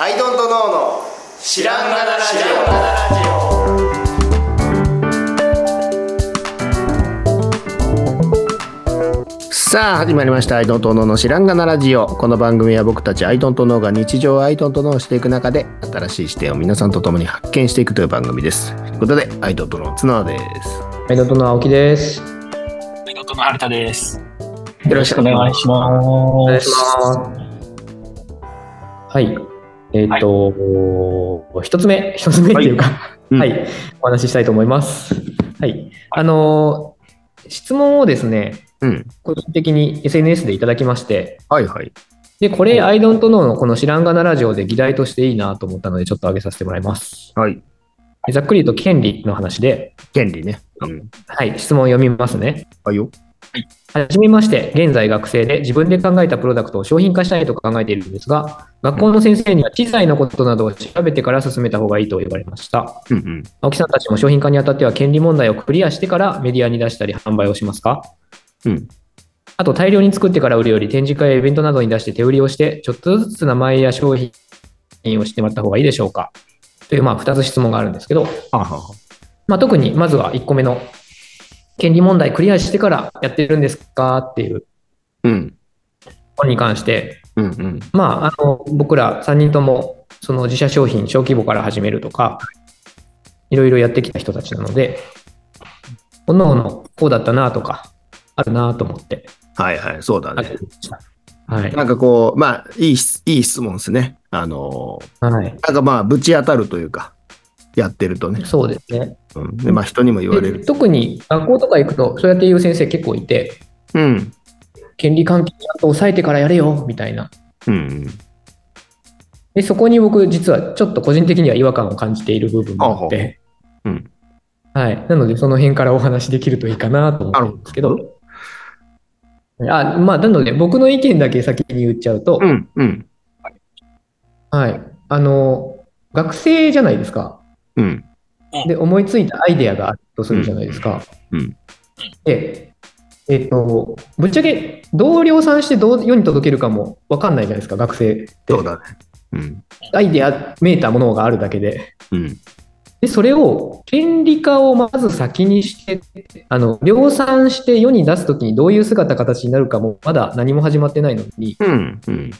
アイドントノーの知らんがなラジさあ始まりました「アイドントノの知らんがなラジオ」この番組は僕たちアイドントノが日常をアイドントノをしていく中で新しい視点を皆さんと共に発見していくという番組ですということでアイドントノの角田ですはい、ドットの青木です。仕事の春田です。よよろしくお願いします。おお願いします。はい。えっ、と、一、つ目、一つ目っていうか、はい、うんお話ししたいと思います。はい。あのー質問をですね、うん個人的に SNS でいただきまして、はいはいで、これ、アイドントノーのこの知らんがなラジオで議題としていいなと思ったので、ちょっと上げさせてもらいます。はいでざっくり言うと、権利の話で、権利ねうんはい、質問を読みますね。はいよはじめまして、現在学生で自分で考えたプロダクトを商品化したいと考えているんですが、学校の先生には知財のことなどを調べてから進めた方がいいと言われました。うんうん青木さんたちも商品化にあたっては権利問題をクリアしてからメディアに出したり販売をしますかうんあと大量に作ってから売るより展示会やイベントなどに出して手売りをして、ちょっとずつ名前や商品を知ってもらった方がいいでしょうかという、まあ、2つ質問があるんですけど、はあはあはまあ、特にまずは1個目の権利問題クリアしてからやってるんですかっていうあうんこれに関して、うんうんまあ、あの僕ら3人ともその自社商品小規模から始めるとかいろいろやってきた人たちなのでおのおのこうだったなとかあるなと思ってはいはいそうだあねげてましたはい、なんかこうまあいい質いい質問ですねあのはい、なんかまあぶち当たるというかやってるとね、そうですねうん、でまあ人にも言われでる特に学校とか行くとそうやって言う先生結構いてうん権利関係ちゃんと抑えてからやれよみたいなうんうんでそこに僕実はちょっと個人的には違和感を感じている部分があって、ほううんはい、なのでその辺からお話できるといいかなと思うんですけなどるあまあなので僕の意見だけ先に言っちゃうと、うんうんはい、あの学生じゃないですかうんで思いついたアイデアがあるとするじゃないですか、うんうんでえっとぶっちゃけどう量産してどう世に届けるかも分かんないじゃないですか学生ってそうだねうんアイデアめいたものがあるだけでうんで、それを権利化をまず先にして、あの量産して世に出すときにどういう姿、形になるかも、まだ何も始まってないのに、うんうん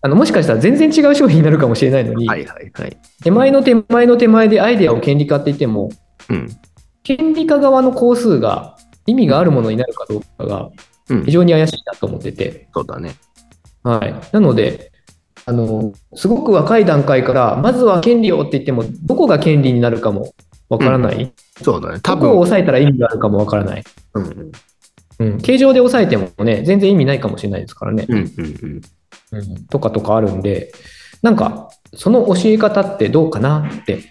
あのもしかしたら全然違う商品になるかもしれないのに、はいはいはい手前の手前の手前でアイデアを権利化って言っても、うん権利化側の工数が意味があるものになるかどうかがうん非常に怪しいなと思ってて、そうだねはい、なので、あのすごく若い段階から、まずは権利をって言っても、どこが権利になるかもわからない。そうだね多どこ分を抑えたら意味があるかもわからない。うんうんうん、形状で抑えてもね、全然意味ないかもしれないですからね。うんうんうん、とかとかあるんで、なんか、その教え方ってどうかなって。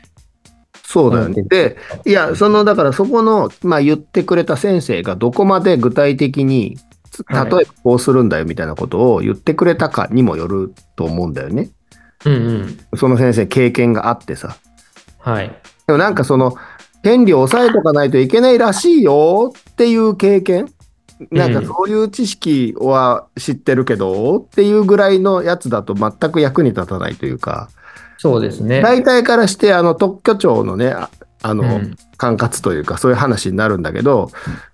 そうだよねでいやそのだからそこのまあ言ってくれた先生がどこまで具体的につ例えはいばこうするんだよみたいなことを言ってくれたかにもよると思うんだよねうんうん。その先生経験があってさはい。でもなんかその、権利を抑えとかないといけないらしいよっていう経験なんかそういう知識は知ってるけどっていうぐらいのやつだと全く役に立たないというか、そうですね。大体からしてあの特許庁のね、ああうの、ん管轄というかそういう話になるんだけど、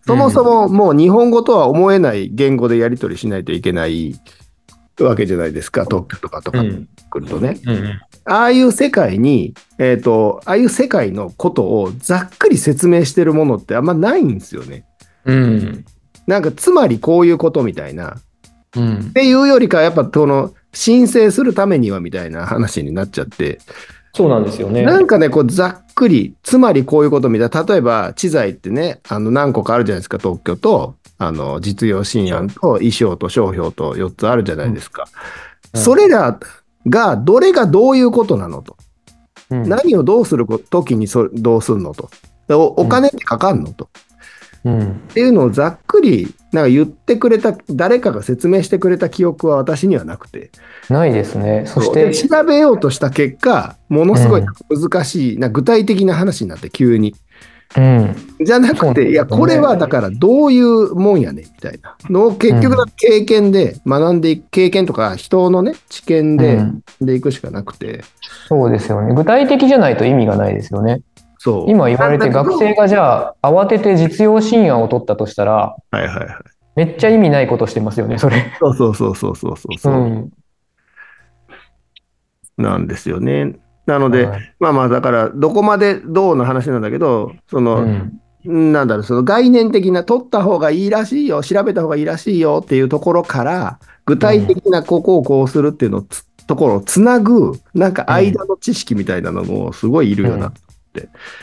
そもそももう日本語とは思えない言語でやり取りしないといけないわけじゃないですか、特許とかとうかん。う来んるとね。うん。ああいう世界に、えっ、と、ああいう世界のことをざっくり説明してるものってあんまないんですよね。うん。なんか、つまりこういうことみたいな。っうん。ていうよりか、やっぱその、申請するためにはみたいな話になっちゃって、そうなんですよね。なんかね、こう、ざっくり、つまりこういうことみたいな。例えば、知財ってね、あの、何個かあるじゃないですか、特許と、あの、実用信案と、衣装と商標と4つあるじゃないですか。うんそれらが、どれがどういうことなのと。うん、何をどうするときにそどうするのとでおお金ってかかんのと、うん。っていうのをざっくりなんか言ってくれた誰かが説明してくれた記憶は私にはなくてないですね。そしてで、調べようとした結果ものすごい難しい、な具体的な話になって急にうん。じゃなくて、いや、これはだからどういうもんやねんみたいなのを結局は経験で学んでいく、経験とか人のね、知見でうんでいくしかなくて、そうですよね。具体的じゃないと意味がないですよね。そう。今言われてなんだけど学生がじゃあ慌てて実用信案を取ったとしたら、はいはいはい。めっちゃ意味ないことしてますよね、それ。そうそうそうそうそうそううそう、ん。なんですよね。なので、はいまあまあ、だから、どこまでどうの話なんだけど、そうの、んなんだろう、その概念的な、取った方がいいらしいよ、調べた方がいいらしいよっていうところから、具体的なここをこうするっていうのをつところをつなぐ、なんか間の知識みたいなのもすごいいるよな。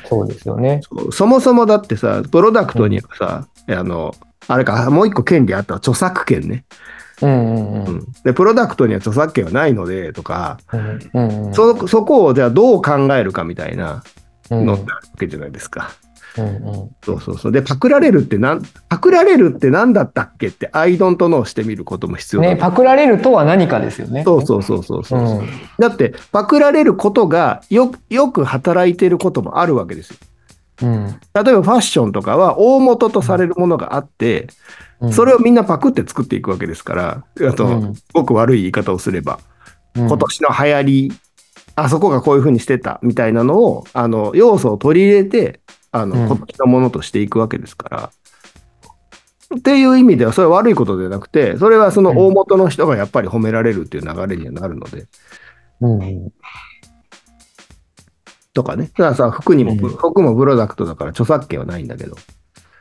そうですよね。そうそもそもだってさ、プロダクトにはさ、あの、あれか、もう一個権利あったわ著作権ね、うんうんううんんで。プロダクトには著作権はないのでとか、うんうんうん。そそこをじゃあどう考えるかみたいなうんのってあるわけじゃないですか。うんうんそうそうそう。で、パクられるってなん、パクられるって何だったっけって、アイドントノーしてみることも必要だ、ね、パクられるとは何かですよね。そうそうそうそうそう、うんだって、パクられることがよよく働いてることもあるわけですよ。うん例えばファッションとかは大元とされるものがあって、うん。それをみんなパクって作っていくわけですから、あと、うんすごく悪い言い方をすれば、うん今年の流行り、あそこがこういうふうにしてたみたいなのを、あの、要素を取り入れて、あの、うん今年のものとしていくわけですから。っていう意味では、それは悪いことではなくて、それはその大元の人がやっぱり褒められるっていう流れにはなるので、うんうんとかね。たださ、服にも、うん服もプロダクトだから著作権はないんだけど。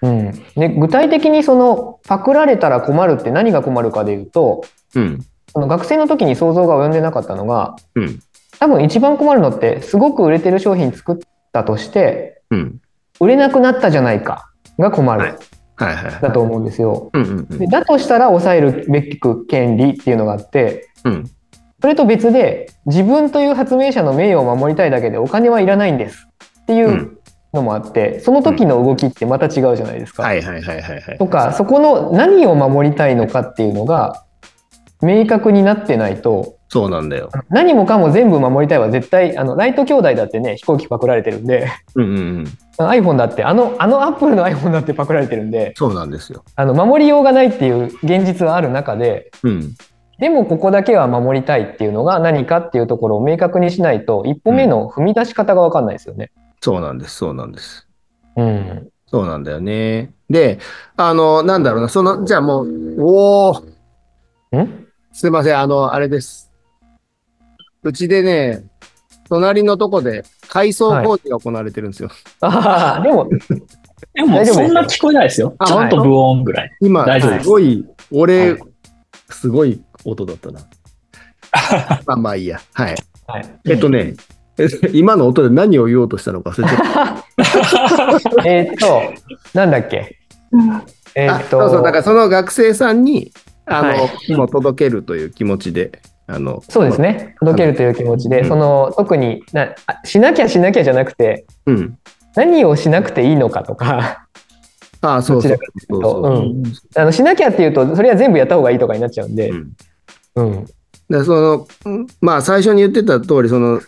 うん、で具体的にそのパクられたら困るって何が困るかでいうとうん。その学生の時に想像が及んでなかったのがうん。多分一番困るのってすごく売れてる商品作ったとしてうん。売れなくなったじゃないかが困る、はいはいはい。だと思うんですよ。うんうんうんでだとしたら抑えるべき権利っていうのがあってうん。それと別で自分という発明者の名誉を守りたいだけでお金はいらないんですっていううんのもあって、その時の動きってまた違うじゃないですか。はいはいはいはいはい。とかそこの何を守りたいのかっていうのが明確になってないとそうなんだよ。何もかも全部守りたいは絶対あのライト兄弟だってね飛行機パクられてるんで うんうんうん。あの iPhone だってあのあのアップルの iPhone だってパクられてるんでそうなんですよ。あの守りようがないっていう現実はある中でうん。でもここだけは守りたいっていうのが何かっていうところを明確にしないと一歩目の踏み出し方が分かんないですよね。そうなんです。そうなんです。うん、そうなんだよね。で、あの、なんだろうな、その、じゃあもう、おお、んすいません、あの、あれです。うちでね、隣のとこで改装工事が行われてるんですよ。ああでもでも、大丈夫ですそんな聞こえないですよ。あちゃんと無音ぐらい。今、大丈夫ですすごい、俺、はいすごい音だ ったな。まあまあいいや。はい。 はいえっとね、え今の音で何を言おうとしたのか忘れちゃった。えーっとなんだっけ えーあっそとうそう、だからその学生さんに、あの、はもう届けるという気持ちで、あの、そうですね届けるという気持ちで、うんその特になあしなきゃしなきゃじゃなくてうん。何をしなくていいのかとか ああ、そうそうそうそう。ううんん、あのしなきゃっていうとそれは全部やった方がいいとかになっちゃうんで、うんうんでそのんまあ最初に言ってた通りその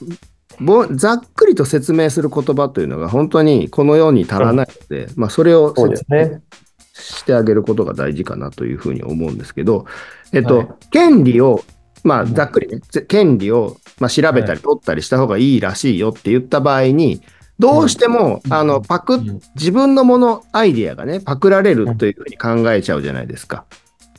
ぼざっくりと説明する言葉というのが本当にこの世に足らないので、まあ、それをそうですねしてあげることが大事かなというふうに思うんですけど、えっとはい権利を、まあ、ざっくりね、ぜ権利を、まあ、調べたり取ったりした方がいいらしいよって言った場合にどうしても、あのパクうん自分のものアイディアがねパクられるというふうに考えちゃうじゃないですか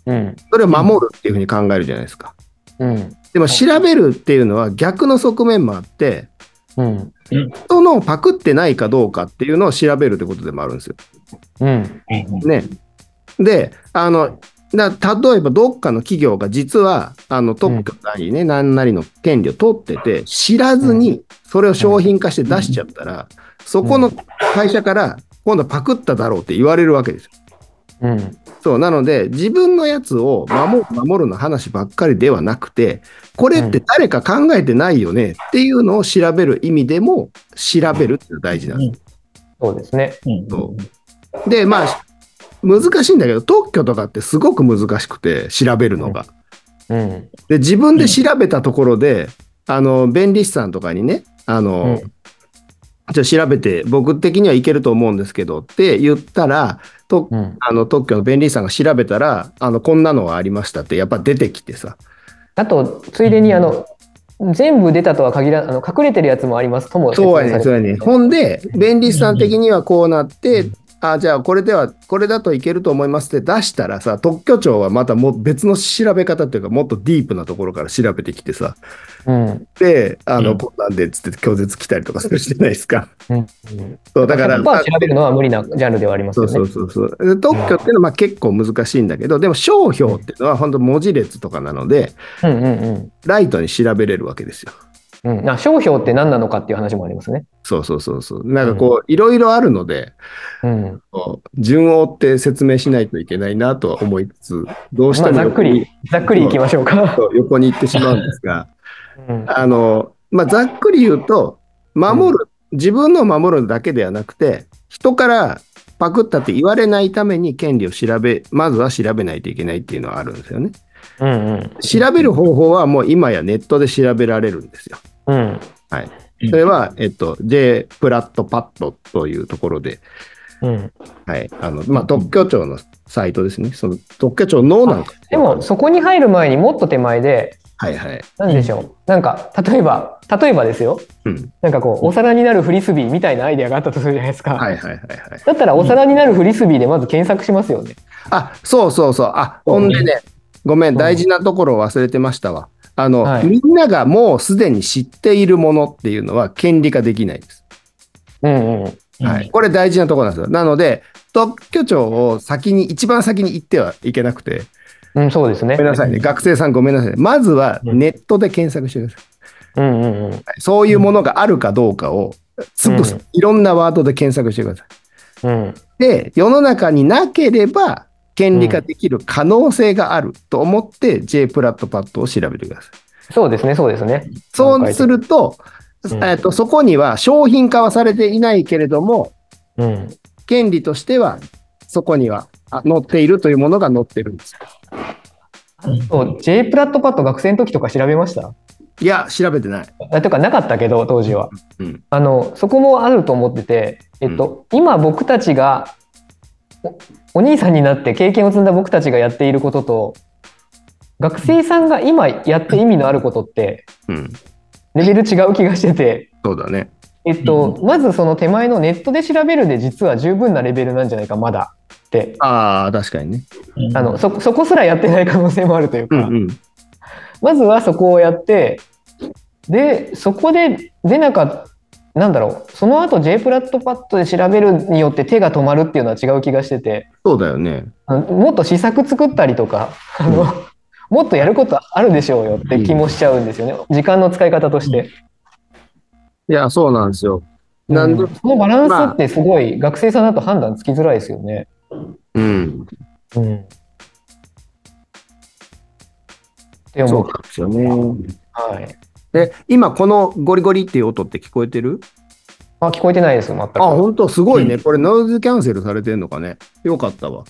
うんそれを守るっていうふうに考えるじゃないですか。うんでも調べるっていうのは逆の側面もあって、うん人のパクってないかどうかっていうのを調べるってことでもあるんですよ。うんうんね。で、あの、だ例えばどっかの企業が実は、あの、特許なりね、何なりの権利を取ってて、知らずにそれを商品化して出しちゃったら、そこの会社から今度パクっただろうって言われるわけですよ。うんそう、なので、自分のやつを守る、守るの話ばっかりではなくて、これって誰か考えてないよねっていうのを調べる意味でも、調べるっていうのが大事なんです。そうですねそうで、まあ、難しいんだけど、特許とかってすごく難しくて、調べるのが。うんで、自分で調べたところで、あの、弁理士さんとかにね、あの、じゃあ調べて、僕的にはいけると思うんですけどって言ったら、とうん、あの特許の便利さんが調べたら、あのこんなのがありましたって、やっぱ出てきてさ、あとついでにあの全部出たとは限らあの隠れてるやつもありますとも説明そうされやてねん、そうやねん。ほんで、便利士さん的にはこうなって、あじゃあこれでは、これだといけると思いますって出したらさ、特許庁はまたもう別の調べ方というか、もっとディープなところから調べてきてさ、うんで、あの、うんこんなんでっつって拒絶来たりとかするじゃないですか。うん、そう、だから、 100%調べるのは無理なジャンルではありますそようねそうそうそう。で特許っていうのはまあ結構難しいんだけど、でも商標っていうのは本当文字列とかなので、うんうんライトに調べれるわけですよ。うんうんあ商標って何なのかっていう話もありますねそうそうそうそう。なんかこう、いろいろあるので、うんこう順を追って説明しないといけないなとは思いつつ、どうしてまもあ、ざっ横くにり、ざっくりいきましょうか。そう横に行ってしまうんですが、 うんあの、まあ、ざっくり言うと、守る、自分の守るだけではなくて、人からパクったって言われないために権利を調べ、まずは調べないといけないっていうのはあるんですよね。うんうん調べる方法はもう今やネットで調べられるんですよ。うんそれは、えっと、J プラットパッドというところで、うんはい、あの、まあ、特許庁のサイトですね。その特許庁のなんか。でも、そこに入る前にもっと手前ではいはい。何でしょう、なんか例えば例えばですようん。なんかこうお皿になるフリスビーみたいなアイデアがあったとするじゃないですか、はいはいはいはい。だったらお皿になるフリスビーでまず検索しますよね、あ、そうそうそう。あ、そほうんねでね、ごめん、うん大事なところを忘れてましたわ。あの、はいみんながもうすでに知っているものっていうのは権利化できないです。うんうん、はい。これ大事なところなんですよ。なので、特許庁を先に、一番先に行ってはいけなくて、うん、そうですねごめんなさいね。学生さんごめんなさいね。まずはネットで検索してください。うんうんうんはいそういうものがあるかどうかを、つぶすうんいろんなワードで検索してください。うんで、世の中になければ、権利化できる可能性があると思って、J プラットパッドを調べてください。そうですねそうですねそうすると、うんえっとそこには商品化はされていないけれども、うん権利としては、そこにはあ載っているというものが載ってるんです。そう J プラットパッド学生の時とか調べましたいや、調べてない。あてかなかったけど当時は、うんあのそこもあると思ってて、えっと今僕たちがおお兄さんになって経験を積んだ僕たちがやっていることと学生さんが今やって意味のあることってうん、レベル違う気がしてて、そうだね。えっとまずその手前のネットで調べるで実は十分なレベルなんじゃないかまだってああ、確かにね。うんあのそそこすらやってない可能性もあるというか、うん。まずはそこをやってでそこで出なかったなんだろうその後 J プラットパッドで調べるによって手が止まるっていうのは違う気がしててそうだよね。あのもっと試作作ったりとかあの、もっとやることあるでしょうよって気もしちゃうんですよね時間の使い方として。いや、そうなんですよ。なんでうん、そのバランスってすごい、学生さんだと判断つきづらいですよね。うん。うん、ってそう思う。なんですよね。はい、で、今、このゴリゴリっていう音って聞こえてるあ聞こえてないです全く。あ、本当すごいね。うこれノイズキャンセルされてんのかね。よかったわ。うん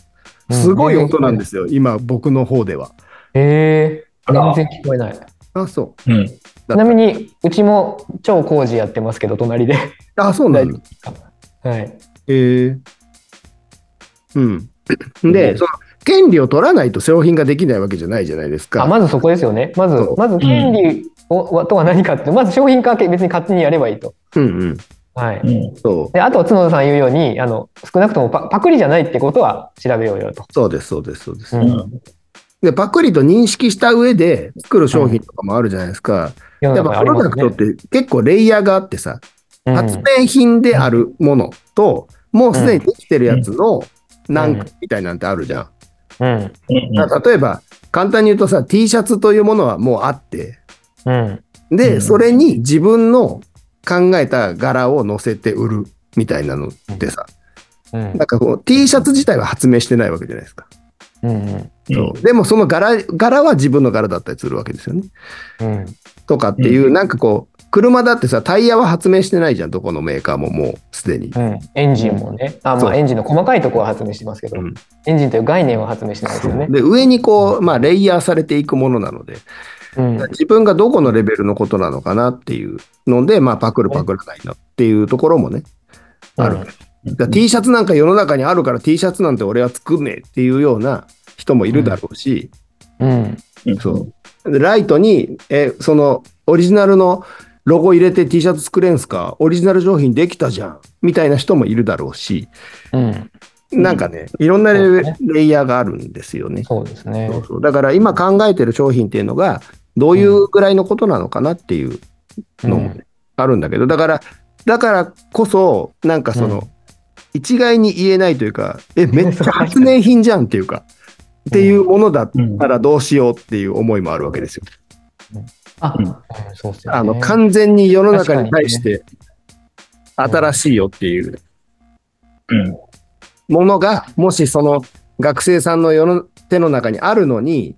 すごい音なんですよ。今、僕の方では。えあー、ら全然聞こえない。あ、そうんちなみに、うちも超工事やってますけど、隣で。う。あ、そうなんだ。はい。へえ。うん。で、その、権利を取らないと商品ができないわけじゃないじゃないですあ、か。まずそこですよね。まずそう、まず権利を、はとは何かって、まず商品化は別に勝手にやればいいと。うんうん。はい。うんそう。で、あとは角田さん言うように、あの、少なくともパパクリじゃないってことは調べようよと。そうです、そうです、そうです。うんで、パクリと認識した上で作る商品とかもあるじゃないですか。世のやっ中ぱあプりロまダすクねトって結構レイヤーがあってさ、うん発明品であるものと、もうすでにできてるやつのなんかみたいなんてあるじゃん。うん。うんだから例えば、簡単に言うとさ、T シャツというものはもうあって、うん。で、うんそれに自分の考えた柄を乗せて売るみたいなのってさ、うんなんかこう T シャツ自体は発明してないわけじゃないですか。うん。そうでもその柄柄は自分の柄だったりするわけですよね。うん。とかっていう、うんなんかこう、車だってさ、タイヤは発明してないじゃん、どこのメーカーももうすでに。うん。エンジンもね。あ、そまうあエンジンの細かいところは発明してますけどうん、エンジンという概念は発明してないですよね。で、上にこう、まあ、レイヤーされていくものなので、うん。自分がどこのレベルのことなのかなっていうので、まあ、パクるパクらないなってっていうところもね、ある。だから T シャツなんか世の中にあるから T シャツなんて俺は作んねえっていうような人もいるだろうし、うん。うんそう。ライトに、え、その、オリジナルのロゴ入れて T シャツ作れんすかオリジナル商品できたじゃんみたいな人もいるだろうし、うん。なんかね、いろんなそうレですレイヤーがあるんですよね。そうですねそ。うそうだから今考えてる商品っていうのが、どういうぐらいのことなのかなっていうのもうんあるんだけど、だから、だからこそ、なんかその、うん一概に言えないというか、え、めっちゃ発明品じゃんっていうか、っていうものだったらどうしようっていう思いもあるわけですよ。あ、うんうんそうっすよね。あの、完全に世の中に対して、新しいよっていううん。ものが、もしその学生さんの世の手の中にあるのに、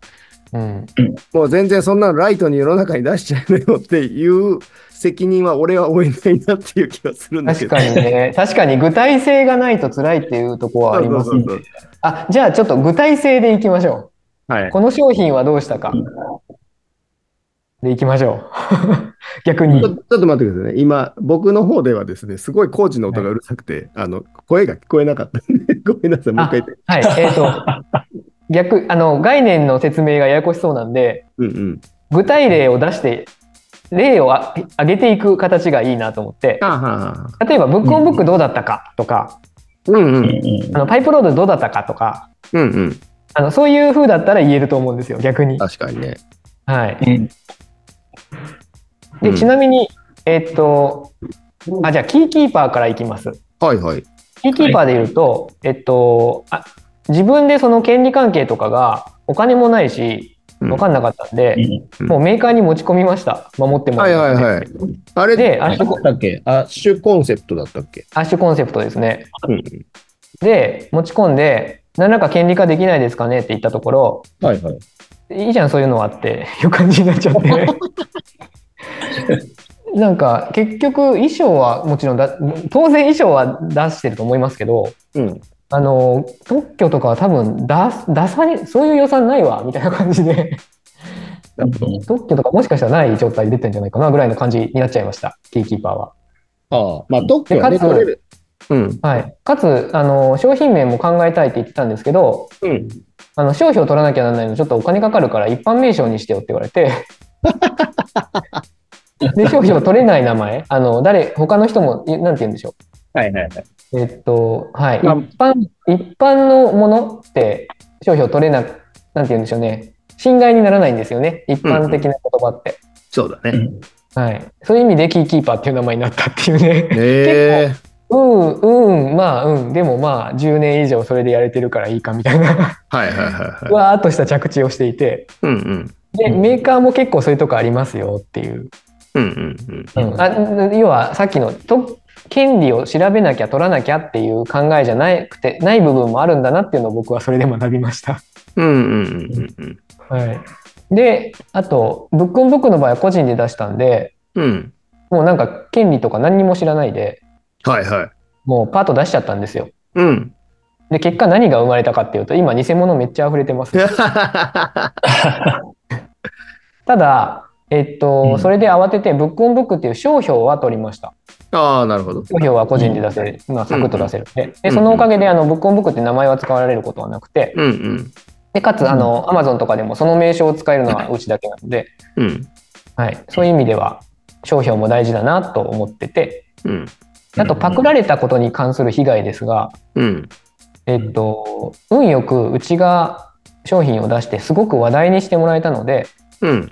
うん。もう全然そんなのライトに世の中に出しちゃうよっていう責任は俺は負えないなっていう気がするんだけ確ど。かにね。確かに具体性がないと辛いっていうところはありますそうそうそうそうあ、じゃあちょっと具体性でいきましょはう。い。この商品はどうしたか。でいきましょう。 逆にちょ。ちょっと待ってくださいね。今、僕の方ではですね、すごいコーチの音がうるさくて、あの、声が聞こえなかったんで、 ごめんなさい、もう一回言って。はい。えっ、と、逆、あの、概念の説明がややこしそうなんで、うんうん。具体例を出して、例をあ上げていく形がいいなと思って、はあはあ。例えば、ブックオンブックどうだったかとか、うんううんん。あのパイプロードどうだったかとか、うんうん。あのそういう風だったら言えると思うんですよ、逆に。確かにね。はい。うんうでんちなみに、えっと、あ、じゃあ、キーキーパーからいきます。はいはい。キーキーパーで言うと、えっとあ、自分でその権利関係とかがお金もないし、うん分かんなかったんで、うんもうメーカーに持ち込みました。守ってもはらいいまはすいはい。あれ、で、アッシどこュ、だっけアッシュコンセプトだったっけアッシュコンセプトですね。うん。で、持ち込んで、何らか権利化できないですかねって言ったところ、はいはい。いいじゃん、そういうのはって いう感じになっちゃって。なんか結局衣装はもちろんだ当然衣装は出してると思いますけどうん。あの特許とかは多分出す出されそういう予算ないわみたいな感じで 特許とかもしかしたらない状態で出てんじゃないかなぐらいの感じになっちゃいましたキーキーパーは。ああ、まあ特許はねでかつ取れる。うん。はい、かつあの商品名も考えたいって言ってたんですけどうん。あの商標取らなきゃならないのちょっとお金かかるから一般名称にしてよって言われて で商標取れない名前あの誰他の人もいなんて言うんでしょはいはいはい。うえっとはい一まあ般一般のものって商標取れななんて言うんでしょうね侵害にならないんですよね一般的な言葉って、そうだうね。んはいそういう意味でキーキーパーっていう名前になったっていうねええ うんうんまあうんでもまあ10年以上それでやれてるからいいかみた いなはいはいはいはい。わーっとした着地をしていてうんうん。で、うんメーカーも結構そういうとこありますよっていう、うんうんうん。うんあ要はさっきのと権利を調べなきゃ取らなきゃっていう考えじゃなくてない部分もあるんだなっていうのを僕はそれで学びました。うんうんうんうんうん。はい、であとブックオンブックの場合は個人で出したんでうん。もうなんか権利とか何にも知らないではいはい。もうパート出しちゃったんですよ。うん。で結果何が生まれたかっていうと今偽物めっちゃ溢れて ます。ただえっと、うんそれで慌ててブックオンブックっていう商標は取りました。ああ、なるほど。商標は個人で出せる、まあ、サクッと出せる、ででうんそのおかげであのブックオンブックって名前は使われることはなくてうんうん。でかつあの Amazon とかでもその名称を使えるのはうちだけなので、うん。はい、そういう意味では商標も大事だなと思っててうん。あとパクられたことに関する被害ですが、うん。えっと、運よくうちが商品を出してすごく話題にしてもらえたのでうん。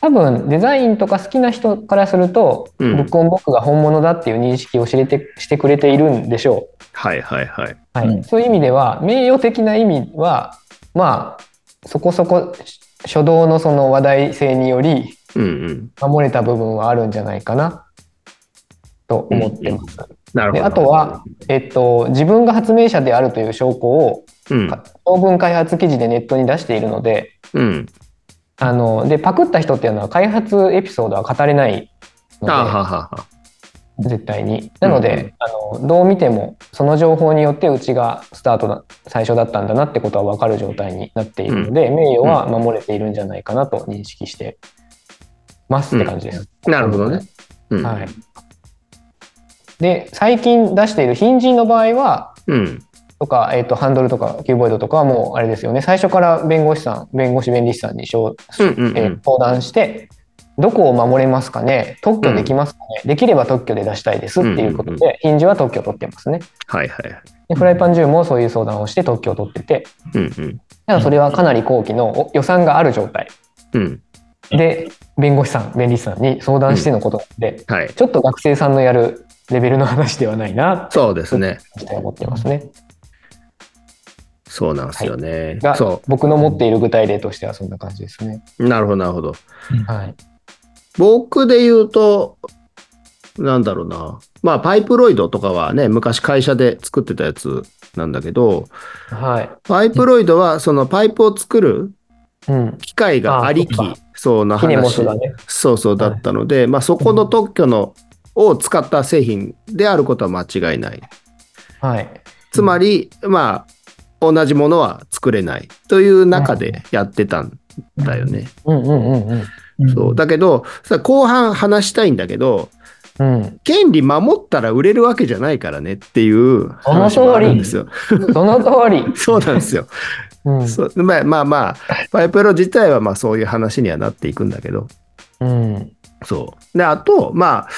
多分デザインとか好きな人からすると、うんブックオンブックが本物だっていう認識を知れてしてくれているんでしょう。はいはいはい。はいうんそういう意味では名誉的な意味はまあそこそこし初動のその話題性によりうんうん。守れた部分はあるんじゃないかなと思ってます。なるほでど。あとは、えっと、自分が発明者であるという証拠をうん。当分開発記事でネットに出しているのでうん。あのでパクった人っていうのは開発エピソードは語れないあのーはではは。絶対に。なのうんうで、あのどう見てもその情報によってうちがスタートだ最初だったんだなってことは分かる状態になっているので、名誉は守れているんじゃないかなと認識してますって感じです。なるほどね。うん。はい。で最近出している品人の場合はうん。とか、えっとハンドルとかキューボイドとかはもうあれですよね最初から弁護士さん弁護士弁理士さんに相,、うんうんうんえー相談してどこを守れますかね特許できますかね、できれば特許で出したいですっていうことうんうんで、品人は特許を取ってますねはいはいはい。でフライパン銃もそういう相談をして特許を取っててうんうん。ただそれはかなり後期のお予算がある状態うん。で弁護士さん弁理士さんに相談してのことなので、はい。ちょっと学生さんのやるレベルの話ではないなそうですね。と思ってますね。そうなんですよね。がそ僕の持っている具体例としてはそんな感じですね。う。なるほどなるほど。はい。僕で言うと、なんだろうな。まあ、パイプロイドとかはね、昔会社で作ってたやつなんだけど、はパイプロイドはそのパイプを作るい。うん。機械がありきあそうか、そうなキネモ話スがね。そうそうだったので、まあそこの特許のを使った製品であることは間違いない。はい。つまり、まあ同じものは作れないという中でやってたんだよね。うんうんうんうん。そうだけどさ後半話したいんだけどうん、権利守ったら売れるわけじゃないからねっていう話もあるんですよ。その通り。そうなんですよ。うん。そうまあまあまあパイプロ自体はまあそういう話にはなっていくんだけど。うん。そう。で、あと、まあ、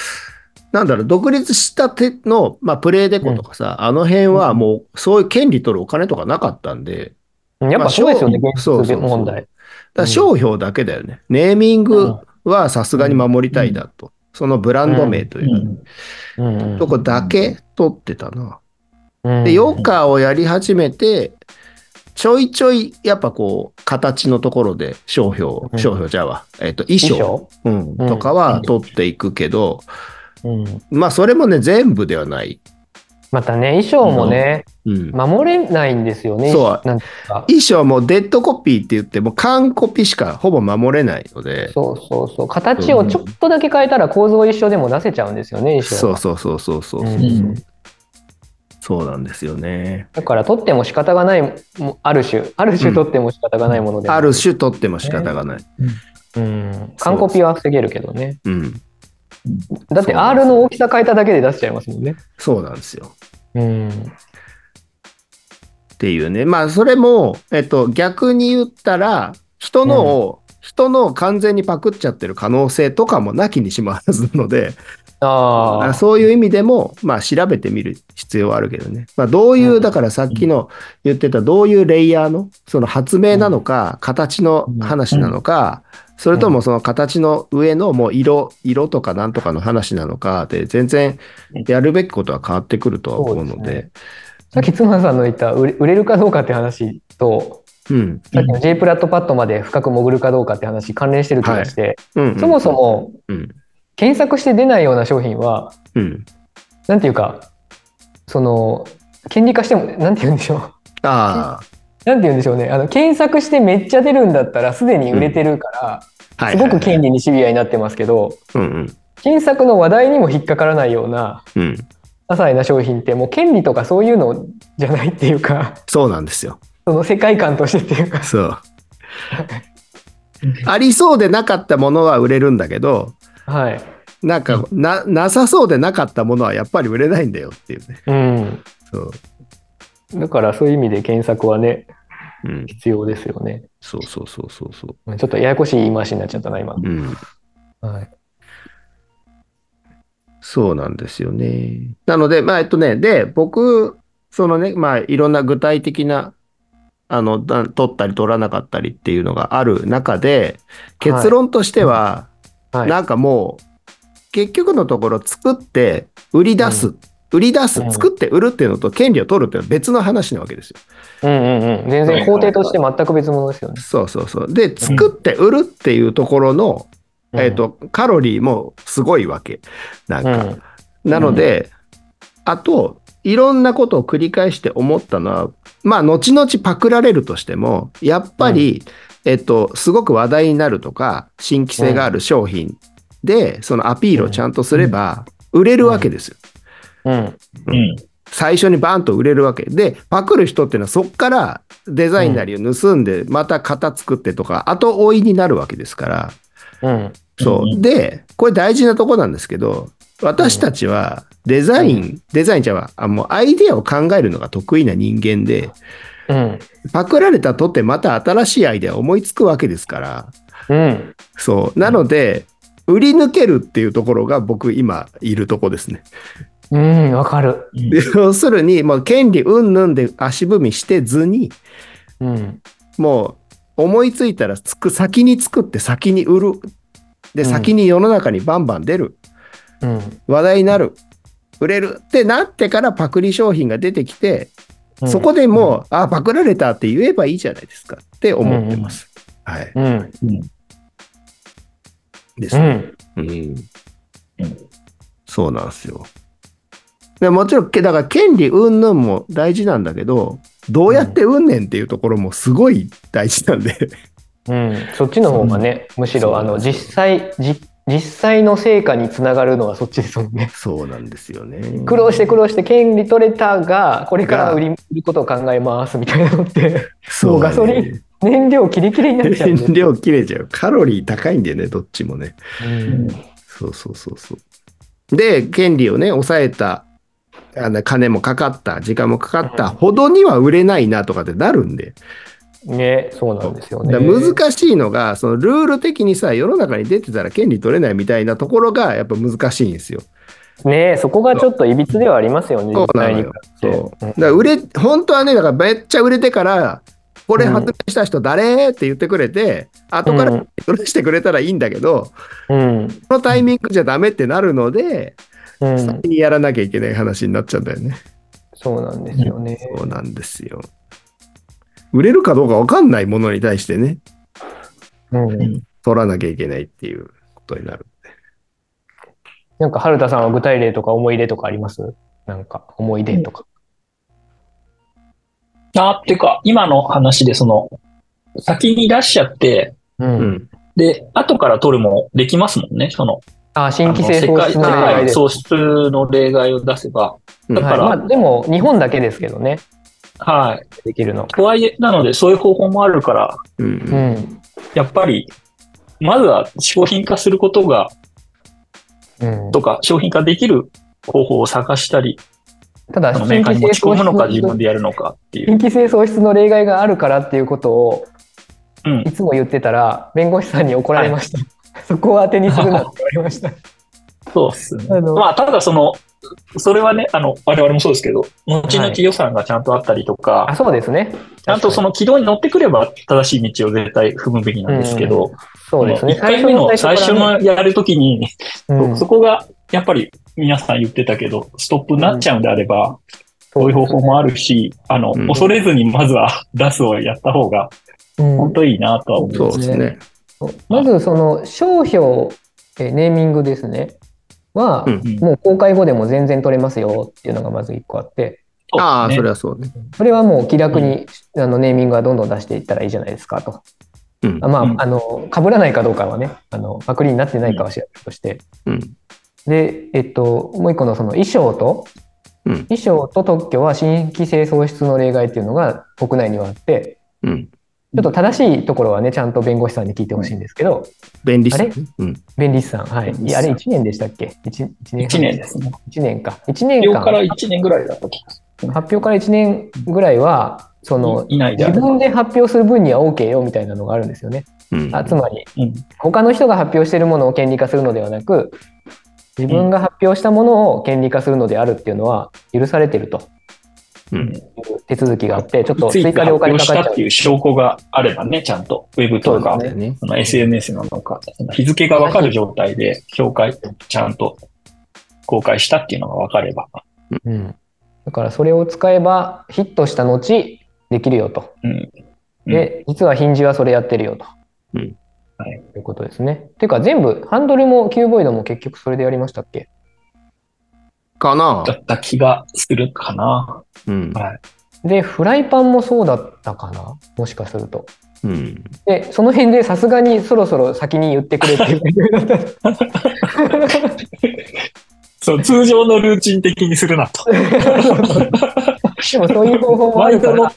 なんだろう、独立したての、まあ、プレイデコとかさ、あの辺はもう、そういう権利取るお金とかなかったんで、やっぱそうですよね、まあ現商実問題。だから商標だけだよね。ネーミングはさすがに守りたいだと。そのブランド名というか、うんうんとこだけ取ってたな。うんで、ヨーカーをやり始めて、ちょいちょい、やっぱこう、形のところで商標う、ん商標じゃあわ、えっ、と、衣衣装、装うん、とかは取っていくけど、うん。まあ、それもね、全部ではない。またね、衣装もね、うん、守れないんですよね。そうなんていうか衣装もデッドコピーって言っても完コピしかほぼ守れないのでそうそうそう。形をちょっとだけ変えたら構造一緒でも出せちゃうんですよね、衣装そうは。そうそうそうそう、うんうんそうなんですよねだから取っても仕方がないもある種ある種取っても仕方がないものでも、ある種取っても仕方がない、うん完コピは防げるけどねうんそうなだってんです R の大きさ変えただけで出しちゃいますもんねそうなんですようんっていうねまあそれも、えっと、逆に言ったら人のを、人のを完全にパクっちゃってる可能性とかもなきにしもあらずなのであああそういう意味でも、まあ、調べてみる必要はあるけどね。まあ、どういう、うんだからさっきの言ってた、どういうレイヤーの、その発明なのか、形の話なのか、それともその形の上のもう色、色とかなんとかの話なのかで、全然やるべきことは変わってくるとは思うので、さっき妻さんの言った売れ売れるかどうかって話とうん。さっきの J プラットパッドまで深く潜るかどうかって話関連してる気がして、うん、うんそもそ、もうん。検索して出ないような商品はうん。なんていうかその権利化してもなんて言うん でしょうあなんて言うんでしょうねあの検索してめっちゃ出るんだったらすでに売れてるかあ、ら、はいすはいごはい、く権利にシビアになってますけど、うん検索の話題にも引っかからないようなうん。うん。些細な商品ってもう権利とかそういうのじゃないっていうか そうなんですよ。その世界観としてっていうか そう。ありそうでなかったものは売れるんだけど、はい、なんか、な、なさそうでなかったものはやっぱり売れないんだよっていうね。うん、そう。だからそういう意味で検索はねうん。必要ですよねそうそうそうそうそう。ちょっとややこしい言い回しになっちゃったな今、うん。はい、そうなんですよね。なので、まあ、えっとね、で、僕、そのね、まあ、いろんな具体的な、あの、だ取ったり取らなかったりっていうのがある中で、結論としては、はいなんかもう、結局のところ作って売り出す、売り出す、うん作って売るっていうのと権利を取るっていうのは別の話なわけですよ。うんうんうん全然工程として全く別物ですよね、そうそうそう。で、作って売るっていうところの、えっ、と、カロリーもすごいわけ。なんうん、うか。んなので、あと、いろんなことを繰り返して思ったのは、まあ、後々パクられるとしても、やっぱり、えっと、すごく話題になるとか、新規性がある商品で、そのアピールをちゃんとすれば、売れるわけですよ。うんうん。最初にバーンと売れるわけでパクる人っていうのはそっからデザインなりを盗んでまた型作ってとか後追いになるわけですからうんそううでこれ大事なとこなんですけど私たちはデザイン、デザインじゃあ、もうアイデアを考えるのが得意な人間で、うん。パクられたとてまた新しいアイデア思いつくわけですから、うん。そう。なので、売り抜けるっていうところが僕今いるとこですね。うん、わかる。うんで要するに、もう権利うんぬんで足踏みしてずに、うん。もう思いついたらつく先に作って先に売るでうん先に世の中にバンバン出るうん。話題になる売れるってなってからパクリ商品が出てきてそこでもう、あパクられたって言えばいいじゃないですかって思ってます。はい、うん。うん。ですうね。ん。うんそうなんですよ。でもちろんけだから権利うんぬんも大事なんだけどどうやってうんねんっていうところもすごい大事なんで、うん、そっちの方がね、むしそうろあの実際じ実際の成果につながるのはそっちですもんね。そうなんですよね。苦労して苦労して権利取れたがこれから売り売ることを考えますみたいなのって そうだねもうガソリン燃料切り切れになっちゃうんで 燃料切れちゃう。カロリー高いんだよね、どっちもね。うんそうそうそうそう。で、権利をね、抑えた、あの金もかかった、時間もかかったほどには売れないなとかってなるんで。ねそうなんですよね。だから難しいのが、そのルール的にさ、世の中に出てたら権利取れないみたいなところが、やっぱ難しいんですよ。ねそこがちょっといびつではありますよね。そうなの実よ。そう。うんだから売れ、本当はね、だからめっちゃ売れてから、これ発明した人誰って言ってくれて、後からうん取りしてくれたらいいんだけど、際にうんこのタイミングじゃダメってなるので、うん先にやらなきゃいけない話になっちゃうんだよね。そうなんですよね。そうなんですよ。売れるかどうか分かんないものに対してね、うん取らなきゃいけないっていうことになる。なんか春田さんは具体例とか思い出とかあります？なんか思い出とか。あーっていうか、今の話でその、先に出しちゃって、うんうん。で、後から取るもできますもんね。その、あ新あの規性世創界出世の例外界で。喪失の例外を出せば、だからはいまあ、でも日本だけですけどねはい。できるの。とはいえ、なので、そういう方法もあるから、うんう。んやっぱり、まずは商品化することが、うん、とか、商品化できる方法を探したり、ただあのメーカーに持ち込むのか、自分ででやるのかっていう。新規性喪失の例外があるからっていうことをうんい。つも言ってたら弁護士さんに怒られました、そこを当てにするなって言われましたそうっすね。あのまあ、ただその、それはね、あの、我々もそうですけど、後々予算がちゃんとあったりとか、あそうですねちゃんとその軌道に乗ってくれば正しい道を絶対踏むべきなんですけど、そうですね1回目の最初からのやるときに、うんそこがやっぱり皆さん言ってたけど、ストップになっちゃうんであれば、そういう方法もあるし、あの、うん恐れずにまずは 出すをやった方がうん本当いいなとは思う。そうですね。まずその商標えーネーミングですねは、うんうんもう公開後でも全然取れますよっていうのがまず1個あってああ、それは。はそうね。それはもう気楽に、あのネーミングはどんどん出していったらいいじゃないですかとうんあ。まあ、うんあの、被らないかどうかはね、あの、パクリになってないかは知らないとして。うん。で、えっと、もう一個のその衣装と、うん衣装と特許は新規性喪失の例外っていうのが国内にはあって、うん。ちょっと正しいところはね、ちゃんと弁護士さんに聞いてほしいんですけど、便利さ、あねれ。うん。弁理士さん、はい。弁理い士やあさんれ1年でしたっけ ?1 年1年ですね。 1年か。1年秒間、から発1年ぐらいだった気がす表から1年ぐらいは、そのる、いないであ自れば。分で発表する分には OK よみたいなのがあるんですよね。うん。あつまり、うん他の人が発表しているものを権利化するのではなく自分が発表したものを権利化するのであるっていうのは許されてるとうんいう手続きがあってちょっといつ追いて加で発お金表かかしたっちゃっていう証拠があればね、ちゃんと、ウェブとか、そうでだよねその SNS なのか、その日付がわかる状態で、紹介、ちゃんと公開したっていうのがわかれば。う、うん、だからそれを使えばヒットした後できるよと、うんうんで実はヒンジはそれやってるよと、うんはいいうことですねていうか全部ハンドルもキューボイドも結局それでやりましたっけかなだった気がするかな。うん。でフライパンもそうだったかなもしかするとうん。で、その辺でさすがにそろそろ先に言ってくれっていう感じだっ そう、通常のルーチン的にするなと。た。でもそういう方法もあ割るかとのら、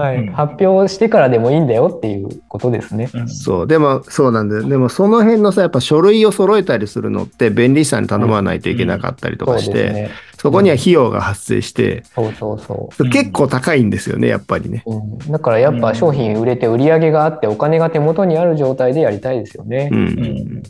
はうんい、発表してからでもいいんだよっていうことですね。うんそう、でもそうなんだよ。でもその辺のさ、やっぱ書類を揃えたりするのって便利さに頼まないといけなかったりとそうかですして、ね。そこには費用が発生して、そうそうそん結構高いんですよね、やっぱりね。う。うん、だからやっぱ商品売れて売り上げがあってお金が手元にある状態でやりたいですよねう。。うんんうん。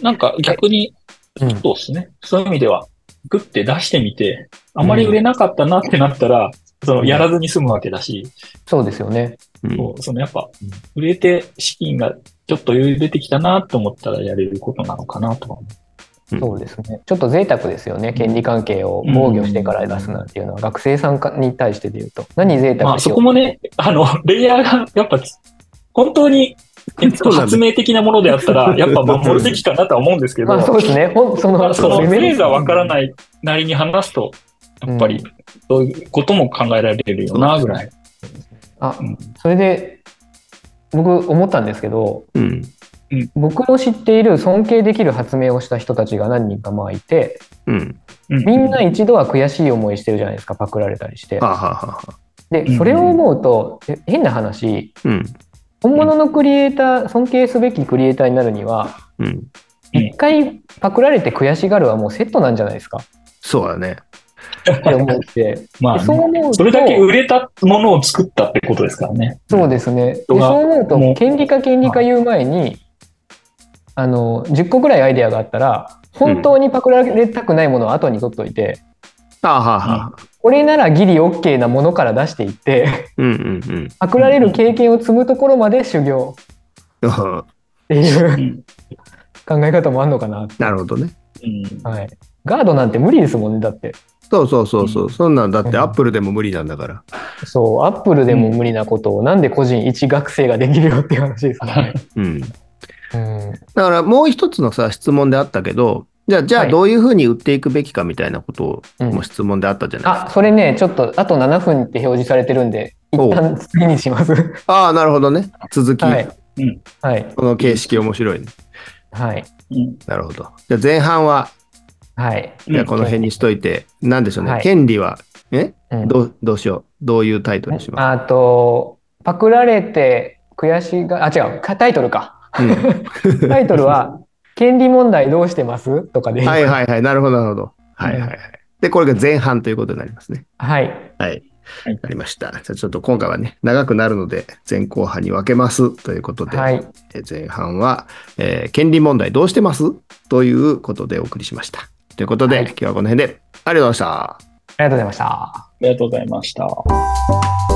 なんか逆に、うんそうですね。そういう意味では、グッて出してみて、あまり売れなかったなってなったら、そのやらずに済むわけだし、そうですよね。うんそうそのやっぱ、売れて資金がちょっと余裕出てきたなと思ったらやれることなのかなとは思そうですね。ちょっと贅沢ですよね。権利関係を防御してから出すなんていうのは、学生さんに対してで言うと。何贅う。ま沢あしそよこう。もね、あの、レイヤーがやっぱ、本当に、えっそと、うなんです発明的なものであったら、やっぱ守るべきかなとは思うんですけど、まあそうですね。ほんそまの、あそのレフベルレーズがわからないなりに話すと、やっぱり、そういうことも考えられるよな、ぐらい。あうん、それで、僕思ったんですけど、うん。僕の知っている尊敬できる発明をした人たちが何人かまあいて、うん。うみんな、一度は悔しい思いしてるじゃないですか、パクられたりしては。あ、はあはあはあ、で、それを思うと、え変な話、うん。本物のクリエイター、尊敬すべきクリエイターになるには、うん。うん一回パクられて悔しがるはもうセットなんじゃないですかそうだね。って思って、でまあねそう思うと、それだけ売れたものを作ったってことですからね。そうですね。で、そ人うが思うもと、う権利か権利か言う前に、あの、10個ぐらいアイデアがあったら、本当にパクられたくないものを後に取っといて、はあ、はあはあ、これならギリ OK なものから出していって、うんうんパクられる経験を積むところまで修行うん。っていううん考え方もあるのかな。 なるほどね。うんはい。ガードなんて無理ですもんね、だって。そうそうそうそう。うんそんなんだってうんアップルでも無理なんだから。そう、アップルでも無理なことを、なんで個人一学生ができるよっていう話ですからね。うん。だうんからもう一つのさ、質問であったけど、じゃあ、じゃあはいどういうふうに売っていくべきかみたいなことうんも質問であったじゃないですか。あ、それね、ちょっと、あと7分って表示されてるんで、一旦次にします。ああ、なるほどね。続き、はい。うんはい。この形式面白いね。はい。 うんなるほど。じゃあ前半は、はい。じゃあこの辺にしといて、なんでしょうね。はい権利は、えうんどうどうしよう。どういうタイトルにしまあと、パクられて悔しが、あ、違う、かタイト ルか。す、うんタイトルは、権利問題どうしてますとかで。はいい。はいはい。なるほど、なるほど。はいはいはい。で、これが前半ということになりますね。はい。はいはい。わかりました。じゃあちょっと今回はね、長くなるので、前後半に分けますということで、はい。えー前半は、えー権利問題どうしてますということでお送りしました。ということで、はい今日はこの辺で、ありがとうございました。ありがとうございました。ありがとうございました。